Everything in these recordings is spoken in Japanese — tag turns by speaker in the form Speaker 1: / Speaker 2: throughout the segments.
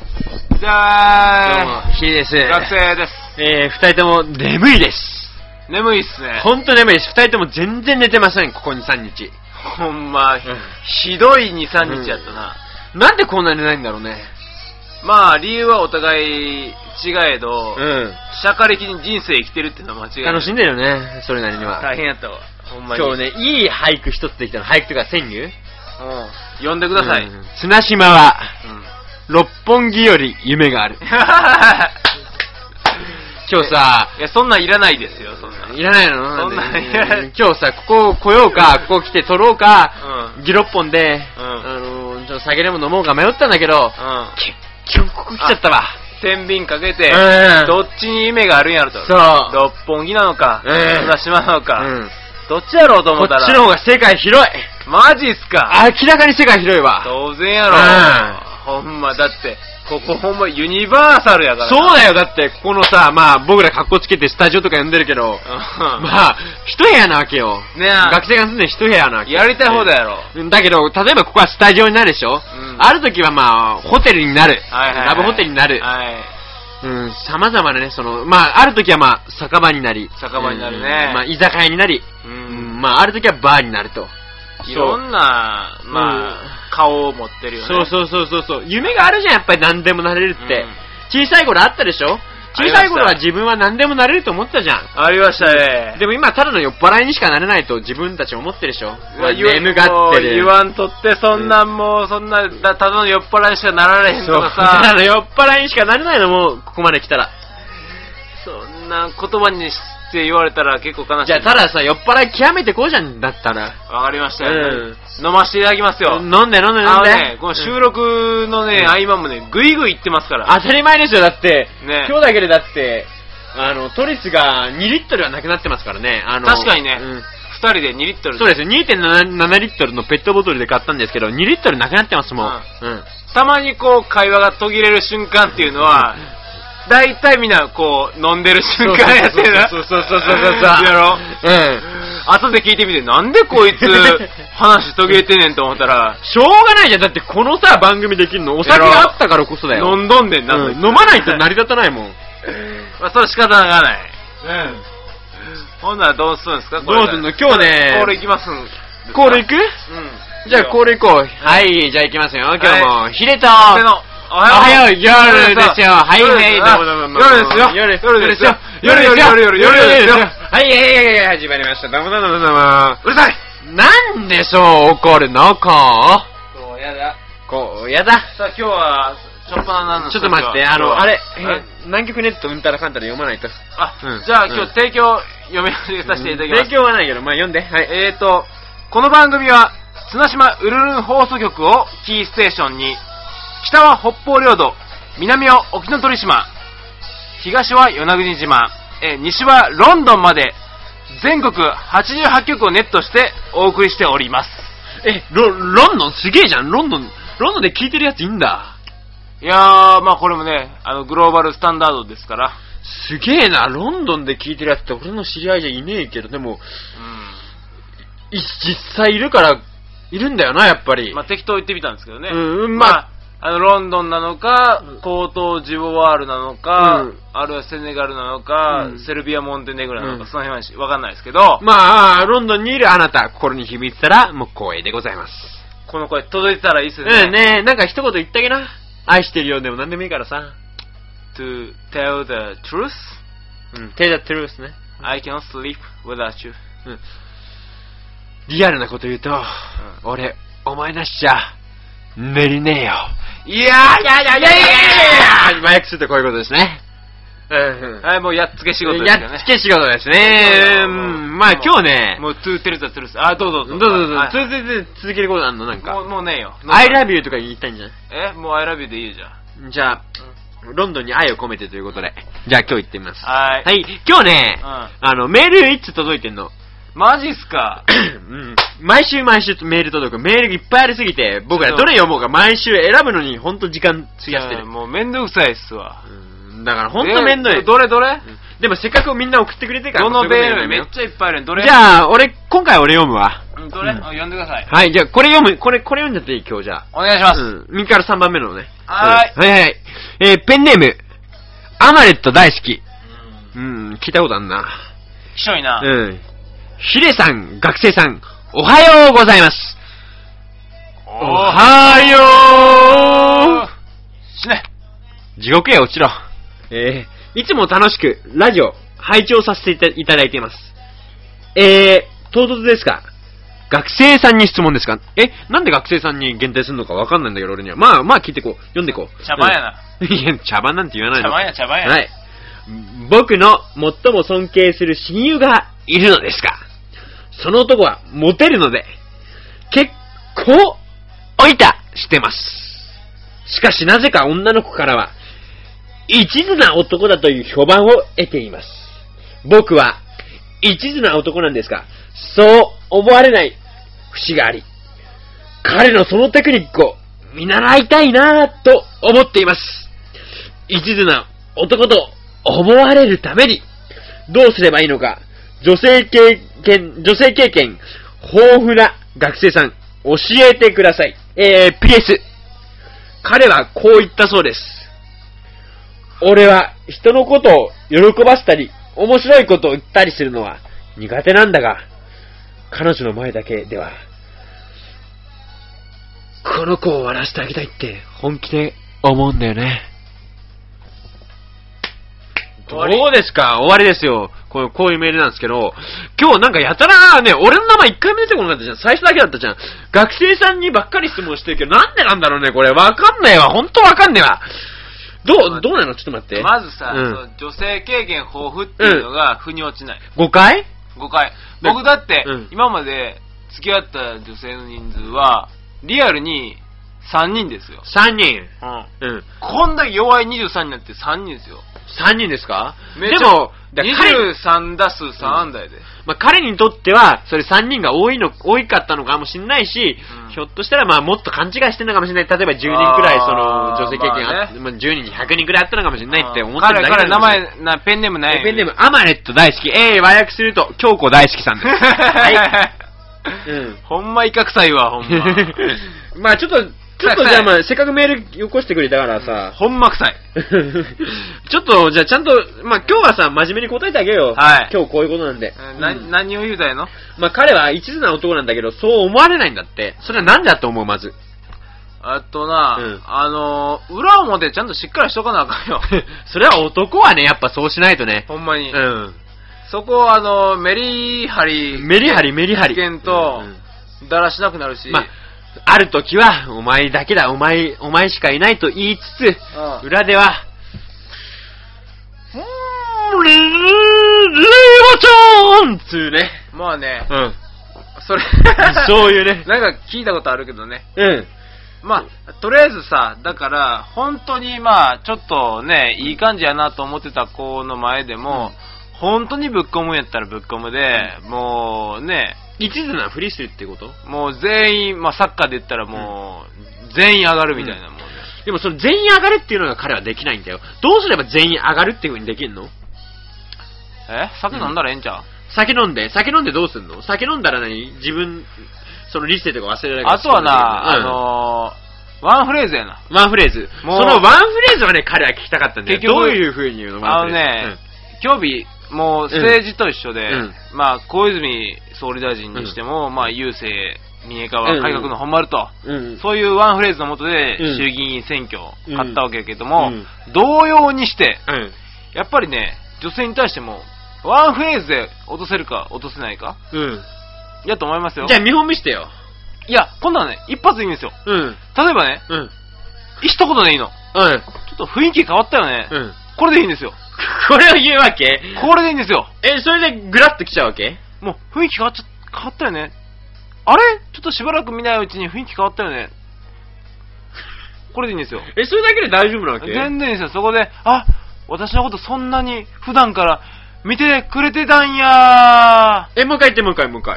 Speaker 1: しゃ
Speaker 2: どうも、ひでです。
Speaker 1: ーい。学生です。
Speaker 2: えー、二人とも眠いです。
Speaker 1: 眠いっすね。
Speaker 2: ほんと眠いです。二人とも全然寝てません、ここ2、3日。
Speaker 1: ほんま、ひ
Speaker 2: うん
Speaker 1: ひどい2、3日やったな。
Speaker 2: なんでこんなに寝ないんだろうね。
Speaker 1: まあ、理由はお互い違えど、
Speaker 2: うん。
Speaker 1: 社会的に人生生きてるっていうのは間違いない。
Speaker 2: 楽しんでるよね、それなりには。
Speaker 1: 大変やったわ。ほんまに。
Speaker 2: 今日ね、いい俳句一つできたの。俳句というか、川柳
Speaker 1: うん。呼んでください。
Speaker 2: う
Speaker 1: うんん。
Speaker 2: 綱島は、六本木より夢がある。今日さ、
Speaker 1: いや、そんなんいらないですよ、そんなん。
Speaker 2: いらないの
Speaker 1: そんなんいらない
Speaker 2: 今日さ、ここ来ようか、ここ来て撮ろうか、
Speaker 1: うん
Speaker 2: ギロッポンで、あのー、ちょっと酒でも飲もうか迷ったんだけど、
Speaker 1: うん。
Speaker 2: 結局ここ来ちゃったわ。
Speaker 1: 天秤かけて、
Speaker 2: うん
Speaker 1: どっちに夢があるんやろと。
Speaker 2: そう
Speaker 1: 六本木なのか、
Speaker 2: うん
Speaker 1: 綱島なのか、
Speaker 2: うん
Speaker 1: どっちやろうと
Speaker 2: こ
Speaker 1: 思
Speaker 2: っ
Speaker 1: ったら。
Speaker 2: ちの方が世界広い。
Speaker 1: マジっすか
Speaker 2: 明らかに世界広いわ。
Speaker 1: 当然やろ、ほんま、だって、ここほんまユニバーサルやからな。
Speaker 2: そうだよ、だって、ここのさ、まあ、僕ら格好つけてスタジオとか呼んでるけど、
Speaker 1: うん
Speaker 2: まあ、一部屋なわけよ。
Speaker 1: ねえ
Speaker 2: 学生が住んでる一部屋なわけよ
Speaker 1: やりたい方だやろ。
Speaker 2: うんだけど、例えばここはスタジオになるでしょ、
Speaker 1: ん
Speaker 2: ある時はまあ、ホテルになる。
Speaker 1: はいはいはい
Speaker 2: ラブホテルになる。
Speaker 1: はい。
Speaker 2: うん、様々なね、その、まあ、ある時はまあ、酒場になり。
Speaker 1: 酒場になるね
Speaker 2: うんまあ、居酒屋になり。
Speaker 1: う。
Speaker 2: うんん、まあ、ある時はバーになると。
Speaker 1: いろんな、まあ、
Speaker 2: うん
Speaker 1: 顔を持ってるよね。
Speaker 2: そうそうそうそうそう。夢があるじゃん、やっぱり何でもなれるって。
Speaker 1: うん
Speaker 2: 小さい頃あったでしょ
Speaker 1: ありま
Speaker 2: 小
Speaker 1: した
Speaker 2: さい頃は自分は何でもなれると思ってたじゃん。
Speaker 1: ありましたね。
Speaker 2: でも今ただの酔っ払いにしかなれないと自分たち思ってるでしょ
Speaker 1: うわ言わん
Speaker 2: 眠がって
Speaker 1: もう
Speaker 2: る。
Speaker 1: 言わんとって、そんなんもう、そんな、だただの酔っ払いしかなられへんと
Speaker 2: そう。
Speaker 1: か
Speaker 2: ただ
Speaker 1: さ、
Speaker 2: の酔っ払いにしかなれないのもうここまで来たら。
Speaker 1: そんな言葉にして言われたら結構悲しい。
Speaker 2: じゃあたださ、酔っ払い極めてこうじゃんだったら。
Speaker 1: わかりましたよ、
Speaker 2: うん
Speaker 1: 飲ませていただきますよ。
Speaker 2: 飲んで飲んで飲
Speaker 1: あ
Speaker 2: ん
Speaker 1: の
Speaker 2: で。
Speaker 1: ね、この収録のね、
Speaker 2: うん
Speaker 1: 合間もね、ぐいぐい行ってますから。
Speaker 2: 当たり前ですよ、だって。
Speaker 1: ね
Speaker 2: 今日だけでだって、あの、トリスが2リットルはなくなってますからね。あの
Speaker 1: 確かにね
Speaker 2: うん
Speaker 1: 二人で2リットル。
Speaker 2: そうですよ、2.7リットルのペットボトルで買ったんですけど、2リットルなくなってますもん。うん。
Speaker 1: たまにこう、会話が途切れる瞬間っていうのは、大体みんなこう、飲んでる瞬間やってな。
Speaker 2: そうそうそうそうそうそう。
Speaker 1: やろ
Speaker 2: うん。
Speaker 1: 後で聞いてみて、なんでこいつ、話途切れてんねんと思ったら、
Speaker 2: しょうがないじゃん。だってこのさ、番組できるの、お酒があったからこそだよ。
Speaker 1: 飲んどんでんな、
Speaker 2: う
Speaker 1: こ
Speaker 2: ん
Speaker 1: いつ
Speaker 2: 飲まないと成り立たないもん。
Speaker 1: まあ、それ仕方がない。うん。ほんならどうするんですかこれ
Speaker 2: どうすんの今日ね
Speaker 1: コールいきますん。
Speaker 2: コール行く
Speaker 1: うん。
Speaker 2: じゃあコー
Speaker 1: ル。
Speaker 2: ル行こう。はい、じゃあ行きますよ。今日も、ヒデ
Speaker 1: せ
Speaker 2: と、
Speaker 1: ーの。お
Speaker 2: おはよう、夜ですよ。はい、
Speaker 1: 夜
Speaker 2: はい、どうもどうもどうも
Speaker 1: ですよ。
Speaker 2: 夜ですよ。
Speaker 1: 夜ですよ。
Speaker 2: 夜ですよ。
Speaker 1: 夜ですよ。夜夜夜夜夜。
Speaker 2: はい、はい、はい、はい、始まりました。どうもどうもどうもどうも。
Speaker 1: うるさい
Speaker 2: なんでそう怒るのこ
Speaker 1: そう、やだ。
Speaker 2: う。こう、やだ。
Speaker 1: さあ、今日は、ちょっぱななんです
Speaker 2: ちょっと待って、あの、あれ、
Speaker 1: え
Speaker 2: 南極ネットうんたらかんたら読まないと。う
Speaker 1: あ
Speaker 2: ん、
Speaker 1: じゃあ
Speaker 2: うん
Speaker 1: 今日提供、読み上げさせていただきます。
Speaker 2: 勉強はないけど、まあ読んで。はい。
Speaker 1: えーと、この番組は、綱島うるるん放送局をキーステーションに、北は北方領土、南は沖ノ鳥島、東は与那国島、えー西はロンドンまで、全国88局をネットしてお送りしております。
Speaker 2: え、ロ、ロンドンすげえじゃん。ロンドン、ロンドンで聞いてるやついいんだ。
Speaker 1: いやー、まあこれもね、あの、グローバルスタンダードですから、
Speaker 2: すげえな、ロンドンで聞いてるやつって俺の知り合いじゃいねえけど、でも、い実際いるから、いるんだよな、やっぱり。
Speaker 1: まあ適当言ってみたんですけどね。
Speaker 2: うんうん
Speaker 1: ま
Speaker 2: まあ
Speaker 1: あ、あの、ロンドンなのか、高等ジボワールなのか、
Speaker 2: うん
Speaker 1: あるいはセネガルなのか、
Speaker 2: うん
Speaker 1: セルビア、モンテネグラなのか、
Speaker 2: うん
Speaker 1: その辺はしわかんないですけど、
Speaker 2: まあ、ロンドンにいるあなた、心に響いてたら、もう光栄でございます。
Speaker 1: この声届いてたらいいですよね。
Speaker 2: うん、ねえ、なんか一言言ってあげな。愛してるよ、でも何でもいいからさ。
Speaker 1: To tell the truth,
Speaker 2: うん、手だってるですね。
Speaker 1: I cannot sleep without you.
Speaker 2: うんリアルなこと言うと、俺、お前なしじゃ、寝りねえよ。
Speaker 1: いやいやいやいやいやいや
Speaker 2: マイクするとこういうことですね。うん
Speaker 1: はい、もうやっつけ仕事です
Speaker 2: や
Speaker 1: よ
Speaker 2: っ
Speaker 1: ね。
Speaker 2: つけ仕事ですね。う、
Speaker 1: もうもうん
Speaker 2: まあ今日ね、
Speaker 1: もう To tell the truth. あ、どうぞ
Speaker 2: ど
Speaker 1: どうぞ。
Speaker 2: うぞどうぞ
Speaker 1: はい、
Speaker 2: 続けて続けることあんのなん
Speaker 1: も
Speaker 2: か。
Speaker 1: うもうねえよ。
Speaker 2: I love you とか言いたいんじゃな
Speaker 1: え、もう I love you でいいよじゃん。
Speaker 2: いじゃあ、ロンドンに愛を込めてということで。じゃあ今日行ってみます。
Speaker 1: はい
Speaker 2: はい、今日ね、
Speaker 1: うん
Speaker 2: あの、メール一通届いてんの。
Speaker 1: マジっすか
Speaker 2: うん毎週毎週メール届く。メールいっぱいありすぎて、僕らどれ読もうか毎週選ぶのにほんと時間費やしてる
Speaker 1: うん。もうめんどくさいっすわ。
Speaker 2: うんだからほんとめんど
Speaker 1: え
Speaker 2: い。
Speaker 1: どれどれ
Speaker 2: でもせっかくみんな送ってくれてるから。
Speaker 1: どのベールめ
Speaker 2: め
Speaker 1: っちゃいっぱいあるね。どれ
Speaker 2: じゃあ、俺、今回俺読むわ。
Speaker 1: うんどれあ呼んでください。
Speaker 2: はい、じゃあこれ読む、これ、これ読んじゃっていい今日じゃあ。
Speaker 1: お願いします。
Speaker 2: うん。右から3番目のね。
Speaker 1: はーい
Speaker 2: そうですはいはい。えーペンネーム、アマレット大好き。うん、聞いたことあんな。
Speaker 1: きしょいな。
Speaker 2: うん。ヒデさん、学生さん、おはようございます。
Speaker 1: お
Speaker 2: お
Speaker 1: う
Speaker 2: はよ
Speaker 1: 死ね。
Speaker 2: う地獄へ落ちろ。えー、いつも楽しく、ラジオ、拝聴させていたいただいています。えー、唐突ですか学生さんに質問ですかえ、なんで学生さんに限定するのかわかんないんだけど、俺には。まあ、まあ聞いてこう。読んでこう。
Speaker 1: 茶番やな。
Speaker 2: うん。いや、茶番なんて言わない
Speaker 1: 茶
Speaker 2: の。
Speaker 1: 番や、茶番や。
Speaker 2: はい。僕の最も尊敬する親友がいるのですが、その男はモテるので、結構、おいたしてます。しかしなぜか女の子からは、一途な男だという評判を得ています。僕は、一途な男なんですが、そう思われない節があり、彼のそのテクニックを見習いたいなぁと思っています。一途な男と思われるために、どうすればいいのか、女性経験、女性経験豊富な学生さん、教えてください。えー、PS。彼はこう言ったそうです。俺は人のことを喜ばせたり、面白いことを言ったりするのは苦手なんだが、彼女の前だけでは、この子を笑わせてあげたいって本気で思うんだよね。ど
Speaker 1: 終わり
Speaker 2: うですか終わりですよ。こうこういうメールなんですけど、今日なんかやたらね、俺の名前一回も出てこなかったじゃん。最初だけだったじゃん。学生さんにばっかり質問してるけど、なんでなんだろうね、これ。わかんないわ。ほんとわかんないわ。どう、どうなのちょっと待って。
Speaker 1: まずさ、
Speaker 2: うん
Speaker 1: その女性経験豊富っていうのが腑に落ちない。
Speaker 2: 誤解
Speaker 1: 誤解。
Speaker 2: ね
Speaker 1: 僕だって
Speaker 2: うん、
Speaker 1: 今まで付き合った女性の人数は、リアルに3人ですよ。
Speaker 2: ?3 人。
Speaker 1: うん。
Speaker 2: うん。
Speaker 1: こんだけ弱い23になって3人ですよ。
Speaker 2: 3人ですか
Speaker 1: めっち
Speaker 2: で
Speaker 1: ゃ
Speaker 2: も、だ彼、
Speaker 1: 23打数3安打やで。
Speaker 2: まあ、彼にとっては、それ3人が多いの、多いかったのかもしんないし、
Speaker 1: うん
Speaker 2: ひょっとしたら、まあ、もっと勘違いしてるのかもしんない。例えば10人くらい、その、
Speaker 1: あー
Speaker 2: 女性経験があって、まあ10人、100人くらいあったのかもしんないって思ってるだけ
Speaker 1: 彼、彼、名
Speaker 2: なのかもしんな
Speaker 1: 前、
Speaker 2: い
Speaker 1: な、ペンネームない。
Speaker 2: えペンネーム、アマレット大好き。えー、和訳すると、京子大好きさん です。はい。うん。
Speaker 1: ほんま威嚇臭いわ、ほん ま。
Speaker 2: まあちょっと、ちょっとじゃあまあ、せっかくメールよこしてくれたからさ、
Speaker 1: ほんま臭い。
Speaker 2: ちょっと、じゃあちゃんと、まあ今日はさ、真面目に答えてあげよう。
Speaker 1: はい
Speaker 2: 今日こういうことなんで。
Speaker 1: な、
Speaker 2: うん
Speaker 1: 何を言うたんやの
Speaker 2: まあ彼は一途な男なんだけど、そう思われないんだって。それはなんだと思う、まず。
Speaker 1: あとな、
Speaker 2: うん
Speaker 1: あのー、裏表ちゃんとしっかりしとかなあかん よ。
Speaker 2: それは男はね、やっぱそうしないとね。
Speaker 1: ほんま
Speaker 2: う
Speaker 1: に。
Speaker 2: ん。
Speaker 1: そこをあのー、メリハリ、
Speaker 2: メリハリ、メリハリ。
Speaker 1: 危険と
Speaker 2: うんうん
Speaker 1: だらしなくなるし、
Speaker 2: まあ、ある時は、お前だけだ、お前、お前しかいないと言いつつ、
Speaker 1: ああ
Speaker 2: 裏では、うーん、レイボちゃんつうね。
Speaker 1: まあね、
Speaker 2: うん。、
Speaker 1: それ
Speaker 2: そういうね
Speaker 1: なんか聞いたことあるけどね。
Speaker 2: うん。
Speaker 1: まあ、とりあえずさ、だから、本当にまあ、ちょっとね、いい感じやなと思ってた子の前でも、本当にぶっ込むんやったらぶっ込むで、もうね、
Speaker 2: 一途なふりするってこと
Speaker 1: もう全員、まあサッカーで言ったらもう、全員上がるみたいなもんね。
Speaker 2: でもその全員上がるっていうのが彼はできないんだよ。どうすれば全員上がるっていう風にできるの
Speaker 1: え酒飲んだらええんちゃう、
Speaker 2: 酒飲んで、酒飲んでどうすんの酒飲んだら何自分、その理性とか忘れられない
Speaker 1: あとはな、
Speaker 2: う
Speaker 1: あ
Speaker 2: ん
Speaker 1: のー、ワンフレーズやな。
Speaker 2: ワンフレーズ。そ
Speaker 1: もう
Speaker 2: のワンフレーズをね、彼は聞きたかったんだよ。
Speaker 1: 結局
Speaker 2: どういう風に言うの
Speaker 1: あ
Speaker 2: ワン
Speaker 1: の
Speaker 2: フレーズ
Speaker 1: ね、今日日、もう政治と一緒で、
Speaker 2: うん
Speaker 1: まあ、小泉総理大臣にしても、まあ、郵政、民営化
Speaker 2: うんう
Speaker 1: は
Speaker 2: ん
Speaker 1: 改革の本丸と、
Speaker 2: うん。うん
Speaker 1: そういうワンフレーズのもとで、
Speaker 2: うん
Speaker 1: 衆議院選挙を勝ったわけやけども、
Speaker 2: うん
Speaker 1: 同様にして、
Speaker 2: うん。
Speaker 1: やっぱりね、女性に対しても、ワンフレーズで落とせるか落とせないか、
Speaker 2: うん。
Speaker 1: やと思いますよ。
Speaker 2: じゃあ見本見してよ。
Speaker 1: いや、今度はね、一発でいいんですよ。
Speaker 2: うん。
Speaker 1: 例えばね、
Speaker 2: うん。
Speaker 1: 一言でいいの。
Speaker 2: うん。
Speaker 1: ちょっと雰囲気変わったよね。
Speaker 2: うん。
Speaker 1: これでいいんですよ。
Speaker 2: これを言うわけ
Speaker 1: これでいいんですよ。
Speaker 2: え、それでグラッと来ちゃうわけ
Speaker 1: もう雰囲気変わっちゃ変わったよね。あれちょっとしばらく見ないうちに雰囲気変わったよね。これでいいんですよ。
Speaker 2: え、それだけで大丈夫なわけ
Speaker 1: 全然いいですよ。そこで、あ、私のことそんなに普段から見てくれてたんや
Speaker 2: え、もう一回言って、もう一回、もう一回。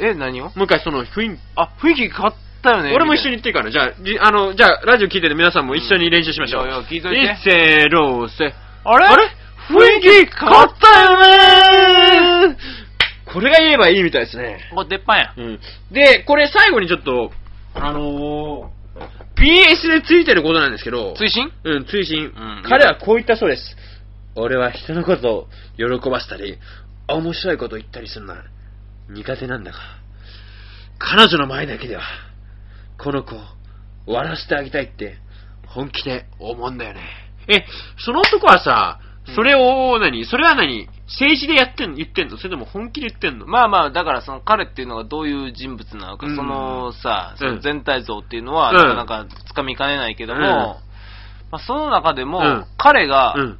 Speaker 1: ー。え、何を
Speaker 2: もう一回その雰囲気。
Speaker 1: あ、雰囲気変わったよね。
Speaker 2: 俺も一緒に言っていいから、じゃあ、じあの、じゃあ、ラジオ聞いてる皆さんも一緒に練習しましょう。
Speaker 1: いやいや聞いといて
Speaker 2: せろせ。
Speaker 1: あれ
Speaker 2: あれ雰囲気変わったよねーこれが言えばいいみたいですね。
Speaker 1: これ鉄板や。
Speaker 2: うん。で、これ最後にちょっと、あのー、 BS でついてることなんですけど、
Speaker 1: 追伸
Speaker 2: うん、追伸、
Speaker 1: ん
Speaker 2: 彼はこう言ったそうです。俺は人のことを喜ばせたり、面白いこと言ったりするのは苦手なんだが、彼女の前だけでは、この子を笑わせてあげたいって本気で思うんだよね。え、その男はさ、それを何、それは何政治でやってんの言ってんのそれとも本気で言ってんの
Speaker 1: まあまあ、だからその彼っていうのがどういう人物なのか、
Speaker 2: うん
Speaker 1: そのさ、そ
Speaker 2: うん
Speaker 1: の全体像っていうのは、
Speaker 2: うん
Speaker 1: なかなかつかみかねないけども、
Speaker 2: うん
Speaker 1: まあ、その中でも、
Speaker 2: うん
Speaker 1: 彼が
Speaker 2: う、ん。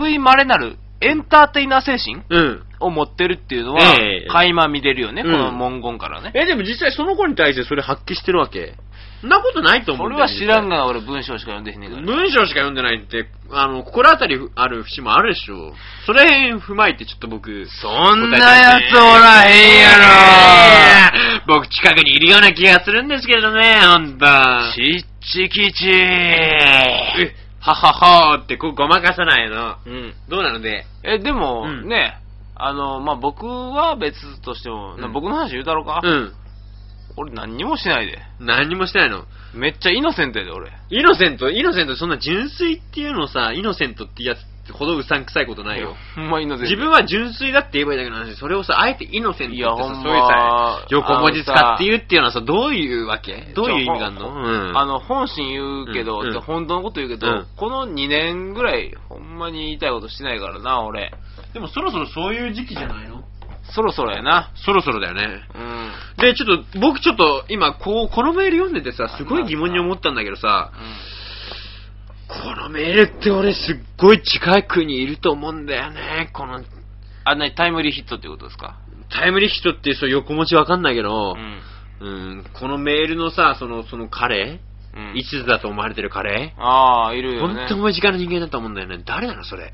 Speaker 1: 類まれなるエンターテイナー精神
Speaker 2: うん。
Speaker 1: を持ってるっていうのは、
Speaker 2: ええ
Speaker 1: 垣間見れるよね、
Speaker 2: うん
Speaker 1: この文言からね。
Speaker 2: え、でも実際その子に対してそれ発揮してるわけそんなことないと思
Speaker 1: そ
Speaker 2: うん
Speaker 1: れ
Speaker 2: だよ
Speaker 1: は知らん
Speaker 2: 実際
Speaker 1: が、俺文章しか読んでへんねんから。
Speaker 2: 文章しか読んでないって、あの、心当たりある節もあるでしょ。それへん踏まえてちょっと僕、
Speaker 1: そ
Speaker 2: ん
Speaker 1: ん
Speaker 2: な
Speaker 1: な
Speaker 2: や
Speaker 1: や
Speaker 2: つ
Speaker 1: つ
Speaker 2: お
Speaker 1: お
Speaker 2: ら
Speaker 1: ら
Speaker 2: へ
Speaker 1: へ
Speaker 2: ん
Speaker 1: ん
Speaker 2: や
Speaker 1: や
Speaker 2: ろ
Speaker 1: ろ
Speaker 2: 僕近くにいるような気がするんですけどね、ほんと。
Speaker 1: ちっちきち
Speaker 2: えはははーってこうごまかさないの。
Speaker 1: うん。
Speaker 2: どうなので、
Speaker 1: え、でも、
Speaker 2: うん
Speaker 1: ね、あの、まあ、僕は別としても、な
Speaker 2: うん
Speaker 1: 僕の話言うだろうか、
Speaker 2: うん。
Speaker 1: 俺何にもしないで。
Speaker 2: 何にもしてないの。
Speaker 1: めっちゃイノセントやで、俺。
Speaker 2: イノセント、イノセントそんな純粋っていうのさ、イノセントってやつほどうさんくさいことないよ。
Speaker 1: ほんまイノセント。
Speaker 2: 自分は純粋だって言えばいいだけの話で、それをさ、あえてイノセントって
Speaker 1: い
Speaker 2: さ
Speaker 1: や、ほんま
Speaker 2: そういうさ、横文字使って
Speaker 1: う。
Speaker 2: 言うっていうのはさ、どういうわけどういう意味があるのうん。
Speaker 1: あの、本心言うけど、
Speaker 2: うん
Speaker 1: って本当のこと言うけど、
Speaker 2: うん
Speaker 1: この2年ぐらい、ほんまに言いたいことしてないからな、俺。
Speaker 2: でもそろそろそういう時期じゃないの
Speaker 1: そろそろやな。
Speaker 2: そろそろだよね。
Speaker 1: うん。
Speaker 2: で、ちょっと、僕ちょっと今、こう、このメール読んでてさ、すごい疑問に思ったんだけどさ、このメールって俺すっごい近くにいると思うんだよね。この、
Speaker 1: あんなにタイムリーヒットってことですか
Speaker 2: タイムリーヒットっていうそう横持ちわかんないけ
Speaker 1: う
Speaker 2: ど、
Speaker 1: ん。
Speaker 2: うん、このメールのさ、その、その彼、
Speaker 1: うん。
Speaker 2: いつだと思われてる彼、
Speaker 1: ああ、いるよ
Speaker 2: 本
Speaker 1: ね。
Speaker 2: 当に身近な人間だと思うんだよね。誰なのそれ。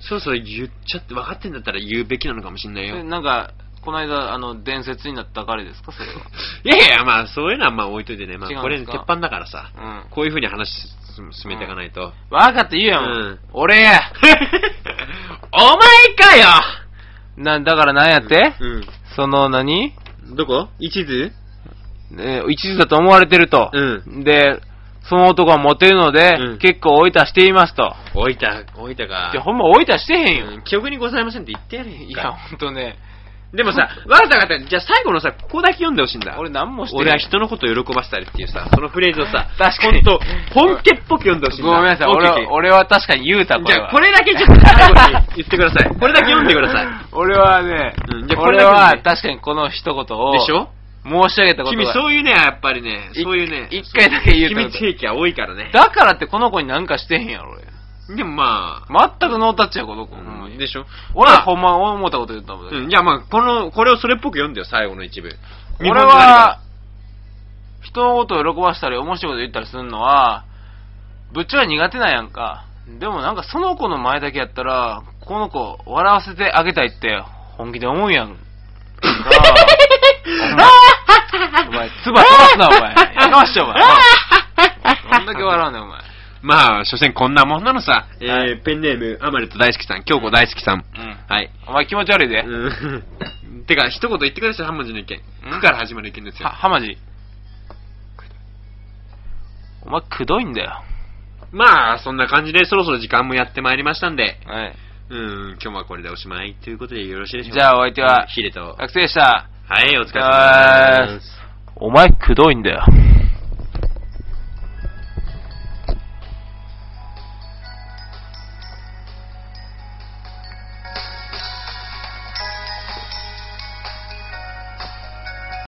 Speaker 2: そろそろ言っちゃって、分かってんだったら言うべきなのかもしんない
Speaker 1: それ
Speaker 2: よ。
Speaker 1: なんか、この間、あの、伝説になった彼ですか、それは。
Speaker 2: いやいや、まあそういうのはまあ置いといてね。ま
Speaker 1: 違う
Speaker 2: あ
Speaker 1: ん
Speaker 2: これ
Speaker 1: です
Speaker 2: 鉄
Speaker 1: か
Speaker 2: 板だからさ。
Speaker 1: うん。
Speaker 2: こういう風に話し進めていかないと。
Speaker 1: 分かって言うやん。
Speaker 2: うん
Speaker 1: 俺 や。
Speaker 2: お前かよ
Speaker 1: な、だからなんやって、
Speaker 2: う
Speaker 1: その何、
Speaker 2: ん。どこ一途
Speaker 1: えー一途だと思われてると。
Speaker 2: う
Speaker 1: で、その男はモテるので、
Speaker 2: うん
Speaker 1: 結構追いたしていますと。
Speaker 2: 置いた、置いたか
Speaker 1: いや、。ほんま追いたしてへんよ。
Speaker 2: うん記憶にございませんって言ってやれへん
Speaker 1: い
Speaker 2: か
Speaker 1: や、ほんとね。
Speaker 2: でもさ、わかったわかった。じゃあ最後のさ、ここだけ読んでほしいんだ。
Speaker 1: 俺何もして
Speaker 2: 俺は人のことを喜ばせたりっていうさ、そのフレーズをさ、
Speaker 1: 確かに
Speaker 2: ほんと、本家っぽく読んでほしいんだ。
Speaker 1: ごめんなさい、俺
Speaker 2: オッケー
Speaker 1: は、
Speaker 2: オッ
Speaker 1: 俺は確かに言う
Speaker 2: ケ
Speaker 1: た、
Speaker 2: ー
Speaker 1: こ
Speaker 2: じ
Speaker 1: れ
Speaker 2: ゃ
Speaker 1: は。
Speaker 2: あこれだけちょっと最後に言ってく ださい。これだけ読んでください。
Speaker 1: 俺はね、
Speaker 2: うんじゃあこれ
Speaker 1: 俺
Speaker 2: だけ
Speaker 1: は確かにこの一言を、
Speaker 2: でしょ
Speaker 1: 申し上げたこと
Speaker 2: 君
Speaker 1: が。
Speaker 2: そういうね、やっぱりね、
Speaker 1: い
Speaker 2: そういうね、
Speaker 1: 一回だけ言うた
Speaker 2: 君
Speaker 1: こと
Speaker 2: 秘密兵器は多いからね。
Speaker 1: だからってこの子になんかしてへんやろ、俺。
Speaker 2: でもま
Speaker 1: 全くノータッチや、この子。ほん
Speaker 2: あ
Speaker 1: ま、に
Speaker 2: でしょ
Speaker 1: 俺
Speaker 2: ま
Speaker 1: は
Speaker 2: あ
Speaker 1: ほんま思ったこと言ったもんだけど
Speaker 2: うん、じゃあまあ、この、これをそれっぽく読んでよ、最後の一部。
Speaker 1: 俺は、人のことを喜ばしたり、面白いこと言ったりするのは、ぶっちは苦手なんやんか。でもなんかその子の前だけやったら、この子、笑わせてあげたいって、本気で思うやん。 な あお前、唾飛ばすな、お 前。やかましい、お前。どんだけ笑うねん、お前。
Speaker 2: まあ、所詮こんなもんなのさ。えー
Speaker 1: は
Speaker 2: ペンネーム、アマレット大好きさん、京子大好きさん。
Speaker 1: うん。
Speaker 2: はい。
Speaker 1: お前気持ち悪いで。
Speaker 2: うん。てか、一言言ってください、半文字の意見。
Speaker 1: うん
Speaker 2: くから始まる意見ですよ
Speaker 1: は、。はまじ。お前、くどいんだよ。
Speaker 2: まあ、そんな感じで、そろそろ時間もやってまいりましたんで、
Speaker 1: はい。
Speaker 2: うん、今日はこれでおしまいということでよろしいでしょうか。
Speaker 1: じゃあ、お相手は、
Speaker 2: ヒデと。
Speaker 1: 学生でした。
Speaker 2: はい、お疲れ様です。
Speaker 1: お前、くどいんだよ。